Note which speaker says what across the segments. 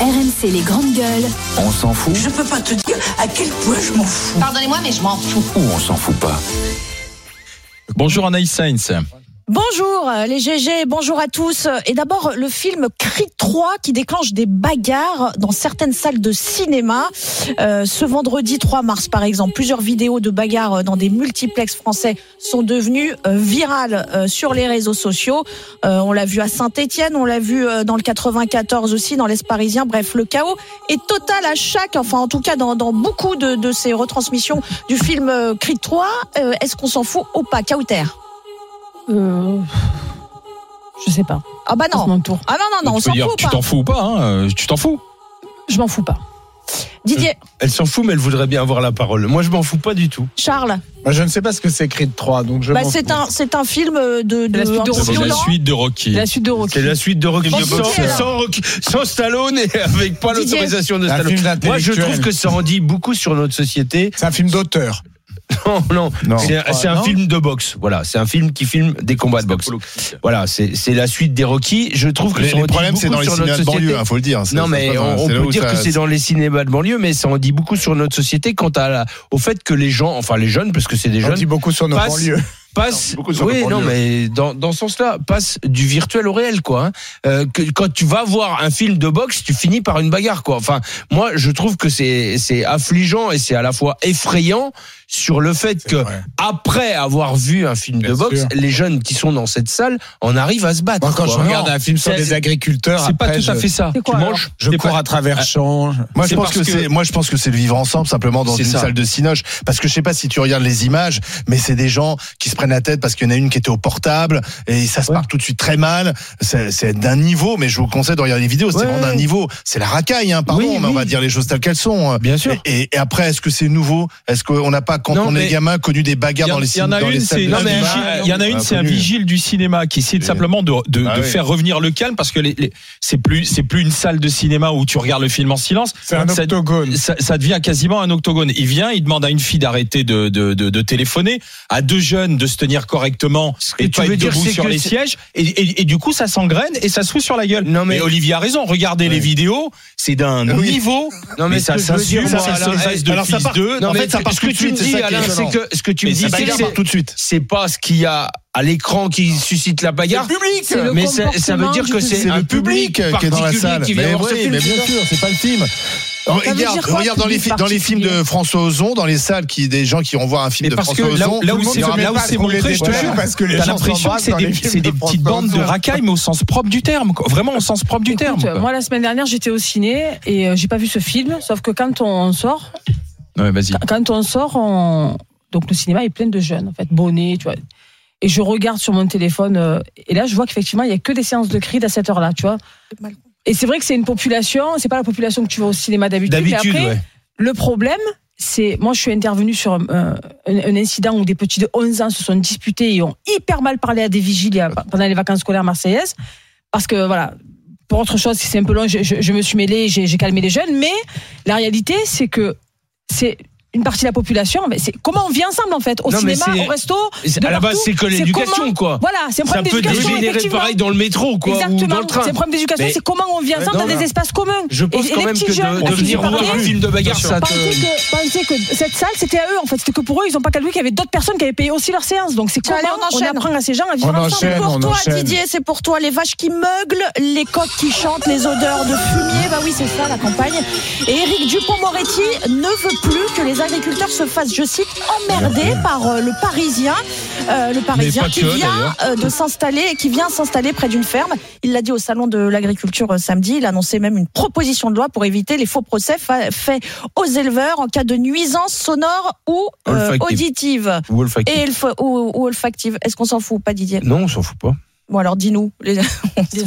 Speaker 1: RMC les grandes gueules.
Speaker 2: On s'en fout
Speaker 3: Je peux pas te dire à quel point je m'en fous.
Speaker 4: Pardonnez-moi, mais je m'en fous.
Speaker 2: ou on s'en fout pas Bonjour Anaïs Sainz.
Speaker 5: Bonjour euh, les GG, bonjour à tous. Euh, Et d'abord le film Cri 3 qui déclenche des bagarres dans certaines salles de cinéma. Euh, ce vendredi 3 mars par exemple, plusieurs vidéos de bagarres euh, dans des multiplexes français sont devenues euh, virales euh, sur les réseaux sociaux. Euh, on l'a vu à Saint-Étienne, on l'a vu euh, dans le 94 aussi, dans l'Est parisien. Bref, le chaos est total à chaque, enfin en tout cas dans, dans beaucoup de, de ces retransmissions du film euh, Cri 3. Euh, Est-ce qu'on s'en fout ou pas, Kauter
Speaker 6: Euh, Je sais pas.
Speaker 5: Ah bah non.
Speaker 6: C'est mon tour.
Speaker 5: Ah non, non, non, on
Speaker 2: Tu peux
Speaker 5: s'en
Speaker 2: dire,
Speaker 5: fout
Speaker 2: tu
Speaker 5: pas.
Speaker 2: t'en fous ou pas hein, euh, Tu t'en fous
Speaker 6: Je m'en fous pas.
Speaker 5: Didier,
Speaker 7: Elle s'en fout, mais elle voudrait bien avoir la parole. Moi, je m'en fous pas du tout.
Speaker 5: Charles,
Speaker 8: Moi, je ne sais pas ce que c'est Creed 3, Ah, donc je
Speaker 5: bah,
Speaker 8: m'en
Speaker 5: c'est
Speaker 8: fous.
Speaker 5: un, c'est un film euh, de, de,
Speaker 6: la suite de
Speaker 5: un peu
Speaker 2: C'est
Speaker 6: Rocky.
Speaker 2: la
Speaker 5: violent.
Speaker 2: suite de Rocky.
Speaker 6: La suite de Rocky.
Speaker 7: C'est la suite de Rocky
Speaker 5: Bon,
Speaker 7: sans,
Speaker 5: Didier, alors.
Speaker 7: sans Rocky- sans Stallone et avec pas
Speaker 5: Didier.
Speaker 7: l'autorisation de
Speaker 8: Un
Speaker 7: Stallone.
Speaker 8: film
Speaker 7: Moi, je
Speaker 8: d'intellectuel.
Speaker 7: trouve que ça en dit beaucoup sur notre société.
Speaker 8: C'est un film d'auteur.
Speaker 7: Non, non,
Speaker 8: Non.
Speaker 7: c'est
Speaker 9: Ah,
Speaker 7: un- c'est un
Speaker 8: Non.
Speaker 7: film de boxe. Voilà, c'est un film qui filme des combats de boxe. Voilà, c'est c'est la suite des Rocky. Je trouve que
Speaker 9: Les,
Speaker 7: ça
Speaker 9: les
Speaker 7: en dit
Speaker 9: problèmes, c'est
Speaker 7: beaucoup
Speaker 9: dans les
Speaker 7: sur
Speaker 9: cinémas
Speaker 7: notre
Speaker 9: de banlieue,
Speaker 7: société.
Speaker 9: hein, faut le dire. C'est-
Speaker 7: Non,
Speaker 9: ça
Speaker 7: mais
Speaker 9: se passe dans-
Speaker 7: on, on
Speaker 9: c'est là
Speaker 7: peut
Speaker 9: où
Speaker 7: dire
Speaker 9: ça-
Speaker 7: que c'est dans les cinémas de banlieue, mais ça en dit beaucoup sur notre société quant à la- au fait que les gens, enfin les jeunes, parce que c'est des
Speaker 8: On
Speaker 7: jeunes,
Speaker 8: dit beaucoup sur nos
Speaker 7: passe-
Speaker 8: banlieues.
Speaker 7: passe
Speaker 9: Non, beaucoup sur
Speaker 7: oui
Speaker 9: le
Speaker 7: non
Speaker 9: banlieue.
Speaker 7: mais dans, dans ce sens-là passe du virtuel au réel quoi hein. Euh, que, quand tu vas voir un film de boxe tu finis par une bagarre quoi enfin moi je trouve que c'est c'est affligeant et c'est à la fois effrayant sur le fait que
Speaker 8: vrai.
Speaker 7: après avoir vu un film de
Speaker 8: Bien
Speaker 7: boxe
Speaker 8: sûr.
Speaker 7: les jeunes qui sont dans cette salle en arrivent à se battre
Speaker 8: Moi, quand
Speaker 7: quoi.
Speaker 8: je regarde
Speaker 7: Non,
Speaker 8: un film sur
Speaker 7: c'est-
Speaker 8: des agriculteurs,
Speaker 7: c'est pas
Speaker 8: après,
Speaker 7: tout à
Speaker 8: je-
Speaker 7: fait ça
Speaker 6: C'est quoi,
Speaker 7: tu
Speaker 6: alors
Speaker 7: manges
Speaker 8: Je
Speaker 7: c'est
Speaker 8: cours
Speaker 7: pas-
Speaker 8: à travers euh,
Speaker 7: Ah.
Speaker 8: champs.
Speaker 9: Moi je,
Speaker 7: C'est
Speaker 9: pense que
Speaker 7: parce que-
Speaker 9: c'est, moi, je pense que c'est le vivre ensemble simplement dans
Speaker 7: C'est
Speaker 9: une
Speaker 7: ça.
Speaker 9: salle de cinoche. Parce que je sais pas si tu regardes les images, mais c'est des gens qui se prennent la tête parce qu'il y en a une qui était au portable et ça se part tout de suite très mal. C'est, c'est d'un niveau, mais je vous conseille de regarder les vidéos. C'est
Speaker 7: Ouais.
Speaker 9: vraiment d'un niveau. C'est la racaille, hein, pardon,
Speaker 7: Oui,
Speaker 9: mais on
Speaker 7: oui.
Speaker 9: va dire les choses telles qu'elles sont.
Speaker 7: Bien sûr.
Speaker 9: Et, et après, est-ce que c'est nouveau Est-ce qu'on n'a pas, quand
Speaker 7: Non,
Speaker 9: on
Speaker 7: mais-
Speaker 9: est gamin, connu des bagarres
Speaker 2: Il y en-
Speaker 9: dans les
Speaker 2: il y en
Speaker 9: cin-
Speaker 2: a
Speaker 9: dans les
Speaker 2: une,
Speaker 9: salles
Speaker 2: c'est
Speaker 9: de
Speaker 2: non, mais un
Speaker 9: cinéma
Speaker 2: vigile- il y en a une, c'est un
Speaker 9: Inconnu.
Speaker 2: vigile du cinéma qui essaie de
Speaker 9: Et-
Speaker 2: simplement de, de-
Speaker 9: Ah
Speaker 2: de
Speaker 9: oui.
Speaker 2: faire revenir le calme parce que les, les- c'est plus c'est plus une salle de cinéma où tu regardes le film en silence.
Speaker 8: C'est un
Speaker 2: Ça-
Speaker 8: octogone.
Speaker 2: ça, ça devient quasiment un octogone. Il vient, il demande à une fille d'arrêter de, de, de, de téléphoner, à deux jeunes de se tenir correctement
Speaker 7: que
Speaker 2: et de
Speaker 7: tu
Speaker 2: pas
Speaker 7: veux
Speaker 2: être
Speaker 7: dire,
Speaker 2: debout
Speaker 7: c'est
Speaker 2: sur
Speaker 7: que
Speaker 2: les
Speaker 7: c'est-
Speaker 2: sièges. Et, et, et du coup, ça s'engraine et ça se fout sur la gueule.
Speaker 7: Non, mais-
Speaker 2: Et Olivier a raison. Regardez les vidéos, c'est d'un
Speaker 9: Oui.
Speaker 2: niveau.
Speaker 7: non mais,
Speaker 2: mais
Speaker 7: ce
Speaker 2: ça
Speaker 7: que je veux dire,
Speaker 2: s'insulte,
Speaker 9: moi,
Speaker 2: ça
Speaker 9: Alain,
Speaker 2: se laisse de
Speaker 9: alors ça
Speaker 2: fils
Speaker 9: part-
Speaker 2: d'eux.
Speaker 9: Non,
Speaker 7: Non,
Speaker 9: en
Speaker 7: mais
Speaker 9: fait, ça
Speaker 7: ce
Speaker 9: part
Speaker 7: que
Speaker 9: tout de
Speaker 7: tu
Speaker 9: suite,
Speaker 7: me
Speaker 9: c'est
Speaker 7: dis,
Speaker 9: ça qui est
Speaker 7: Alain, c'est
Speaker 9: étonnant.
Speaker 7: que ce que tu me
Speaker 2: Mais
Speaker 7: dis,
Speaker 2: ça
Speaker 7: c'est que
Speaker 9: Bagarre
Speaker 7: c'est-
Speaker 9: part tout de suite.
Speaker 7: c'est pas ce qu'il y a à l'écran qui suscite la bagarre.
Speaker 6: C'est le
Speaker 7: mais ça, ça veut
Speaker 6: comportement
Speaker 7: dire
Speaker 6: du
Speaker 7: que
Speaker 6: public.
Speaker 7: c'est
Speaker 9: C'est
Speaker 7: un
Speaker 9: le
Speaker 7: public,
Speaker 9: public qui est dans la
Speaker 7: particulier
Speaker 9: salle.
Speaker 7: qui vient
Speaker 9: Mais
Speaker 7: voir ce
Speaker 9: oui,
Speaker 7: film.
Speaker 9: mais bien sûr, c'est pas le film. Alors,
Speaker 6: veut
Speaker 9: regarde,
Speaker 6: dire quoi,
Speaker 9: regarde dans les,
Speaker 6: public
Speaker 9: fi- dans les films de
Speaker 6: particulier
Speaker 9: François Ozon, dans les salles qui des gens qui vont voir un film
Speaker 2: Mais
Speaker 9: de
Speaker 2: parce que
Speaker 9: François
Speaker 2: là
Speaker 9: Ozon.
Speaker 2: où, là où
Speaker 8: Tout le monde
Speaker 2: c'est
Speaker 8: se met
Speaker 2: là où
Speaker 8: pas à
Speaker 2: c'est
Speaker 8: rouler
Speaker 2: montré,
Speaker 8: des
Speaker 2: je te
Speaker 8: poils
Speaker 2: jure,
Speaker 8: parce que les
Speaker 2: t'as
Speaker 8: gens
Speaker 2: l'impression que
Speaker 8: s'embrassent
Speaker 2: c'est
Speaker 8: dans
Speaker 2: des,
Speaker 8: les films
Speaker 2: c'est des
Speaker 8: de
Speaker 2: petites
Speaker 8: François
Speaker 2: bandes de
Speaker 8: Ozon.
Speaker 2: racailles, mais au sens propre du terme. quoi. Vraiment au sens propre du terme.
Speaker 6: Écoute,
Speaker 4: euh,
Speaker 2: quoi.
Speaker 6: moi, la semaine dernière, j'étais au ciné et euh, j'ai pas vu ce film. Sauf que quand on sort,
Speaker 2: Ouais, vas-y.
Speaker 6: quand on sort, on... donc le cinéma est plein de jeunes, en fait, bonnets, tu vois. Et je regarde sur mon téléphone euh, et là, je vois qu'effectivement, il y a que des séances de Creed à cette heure-là, tu vois. Et c'est vrai que c'est une population, c'est pas la population que tu vois au cinéma d'habitude. mais
Speaker 7: D'habitude,
Speaker 6: après,
Speaker 7: ouais.
Speaker 6: Le problème, c'est moi je suis intervenue sur un, un- un incident où des petits de 11 ans se sont disputés et ont hyper mal parlé à des vigiles et à- pendant les vacances scolaires marseillaises parce que voilà. Pour autre chose, si c'est un peu long, je, je- je me suis mêlée, j'ai j'ai calmé les jeunes, mais la réalité, c'est que c'est une partie de la population. Mais c'est comment on vit ensemble en fait, au
Speaker 7: Non, mais
Speaker 6: cinéma,
Speaker 7: c'est-
Speaker 6: au resto.
Speaker 7: Et c'est-
Speaker 6: de
Speaker 7: à la base,
Speaker 6: partout.
Speaker 7: c'est que
Speaker 6: C'est
Speaker 7: l'éducation,
Speaker 6: comment-
Speaker 7: quoi.
Speaker 6: Voilà, c'est un
Speaker 7: Ça
Speaker 6: problème
Speaker 7: peut
Speaker 6: d'éducation.
Speaker 7: dégénérer
Speaker 6: effectivement.
Speaker 7: pareil dans le métro, quoi, ou
Speaker 6: Exactement.
Speaker 7: dans le train.
Speaker 6: C'est un problème d'éducation,
Speaker 7: Mais-
Speaker 6: c'est comment on vit ensemble
Speaker 7: non,
Speaker 6: dans des
Speaker 7: là,
Speaker 6: espaces communs.
Speaker 7: Je pense
Speaker 6: Et- et
Speaker 7: quand
Speaker 6: les
Speaker 7: même
Speaker 6: petits
Speaker 7: que
Speaker 6: jeunes
Speaker 7: de, de
Speaker 6: qui
Speaker 7: venir
Speaker 6: parlent-
Speaker 7: voir un film de bagarre,
Speaker 2: Attention.
Speaker 7: ça te...
Speaker 6: Pensez que, pensez que cette salle, c'était à eux, en fait. C'était que pour eux, ils n'ont pas calculé qu'il y avait d'autres personnes qui avaient payé aussi leur séance. Donc, c'est
Speaker 5: Tiens,
Speaker 6: comment
Speaker 5: allez, on
Speaker 6: on,
Speaker 5: enchaîne.
Speaker 6: apprend à ces gens à vivre
Speaker 8: On
Speaker 6: ensemble.
Speaker 8: enchaîne,
Speaker 5: pour
Speaker 8: on
Speaker 5: toi,
Speaker 8: enchaîne.
Speaker 5: Didier, c'est pour toi. Les vaches qui meuglent, les coqs qui chantent, les odeurs de fumier. Bah oui, c'est ça, la campagne. Et Éric Dupont-Moretti ne veut plus que les agriculteurs se fassent, je cite, emmerder par euh, le Parisien. Euh, le Parisien
Speaker 2: pas
Speaker 5: qui
Speaker 2: que,
Speaker 5: vient
Speaker 2: d'ailleurs.
Speaker 5: euh, de s'installer et qui vient s'installer près d'une ferme. Il l'a dit au salon de l'agriculture euh, samedi. Il annonçait même une proposition de loi pour éviter les faux procès fa- faits aux éleveurs en cas de nuisance sonore ou euh,
Speaker 7: Olfactive.
Speaker 5: auditive. Et olf- ou, ou olfactive. Est-ce qu'on s'en fout, pas Didier
Speaker 7: Non, on s'en fout pas.
Speaker 5: Bon alors dis-nous, les...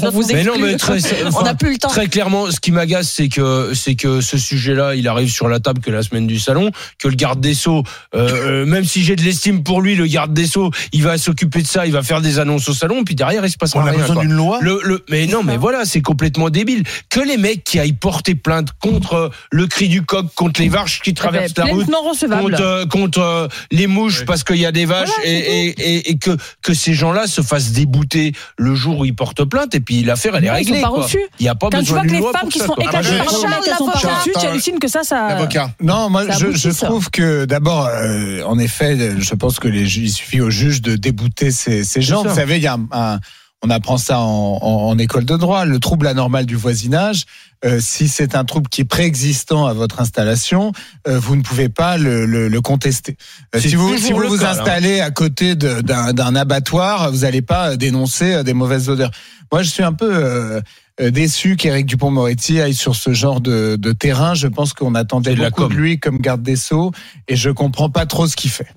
Speaker 5: on vous
Speaker 7: Mais non,
Speaker 5: exclut.
Speaker 7: mais très-
Speaker 5: on
Speaker 7: enfin,
Speaker 5: n'a plus le temps.
Speaker 7: Très clairement, ce qui m'agace, c'est que c'est que ce sujet-là, il arrive sur la table que la semaine du salon, que le garde des sceaux, euh, euh, même si j'ai de l'estime pour lui, le garde des sceaux, il va s'occuper de ça, il va faire des annonces au salon, puis derrière, il se passe
Speaker 9: On a
Speaker 7: rien.
Speaker 9: besoin
Speaker 7: quoi.
Speaker 9: d'une loi.
Speaker 7: Le, le- mais non, mais voilà, c'est complètement débile. Que les mecs qui aillent porter plainte contre euh, le cri du coq, contre les
Speaker 5: Eh
Speaker 7: vaches
Speaker 5: ben,
Speaker 7: qui traversent la
Speaker 6: Plainte
Speaker 7: route,
Speaker 6: non recevable.
Speaker 7: contre, euh, contre, euh, les mouches parce qu'il y a des vaches
Speaker 6: Voilà,
Speaker 7: et, et, et- et que, que ces gens-là se fassent débouter le jour où il porte plainte et puis l'affaire elle est
Speaker 6: Non, ils
Speaker 7: réglée.
Speaker 6: sont pas
Speaker 7: quoi.
Speaker 6: reçus.
Speaker 7: Il n'y a pas
Speaker 6: Quand tu
Speaker 7: besoin
Speaker 6: vois que
Speaker 7: d'une
Speaker 6: les
Speaker 7: loi
Speaker 6: femmes
Speaker 7: pour
Speaker 6: qui
Speaker 7: ça,
Speaker 6: se font
Speaker 7: quoi.
Speaker 6: éclater
Speaker 8: Ah,
Speaker 6: par
Speaker 8: j'ai-
Speaker 6: Charles, elles sont pas
Speaker 8: Charles,
Speaker 6: reçues, tu
Speaker 8: attends.
Speaker 6: hallucines que ça, ça.
Speaker 9: L'avocat.
Speaker 8: Non, moi,
Speaker 6: Ça
Speaker 8: je,
Speaker 6: aboutit,
Speaker 8: je
Speaker 6: ça.
Speaker 8: trouve que d'abord, euh, en effet, je pense que les, ju- il suffit au juge de débouter ces, ces gens.
Speaker 7: sûr.
Speaker 8: Vous savez, il y a un- un- on apprend ça en, en- en école de droit, le trouble anormal du voisinage. euh, si c'est un trouble qui est préexistant à votre installation, euh, vous ne pouvez pas le, le- le contester. Euh,
Speaker 7: C'est
Speaker 8: si vous,
Speaker 7: toujours
Speaker 8: si vous
Speaker 7: le
Speaker 8: vous
Speaker 7: cas, là.
Speaker 8: installez à côté de- d'un d'un abattoir, vous n'allez pas dénoncer euh, des mauvaises odeurs. Moi, je suis un peu euh, euh, déçu qu'Éric Dupont-Moretti aille sur ce genre de, de terrain. Je pense qu'on attendait
Speaker 7: C'est de la
Speaker 8: beaucoup de
Speaker 7: com.
Speaker 8: lui comme garde des sceaux, et je comprends pas trop ce qu'il fait.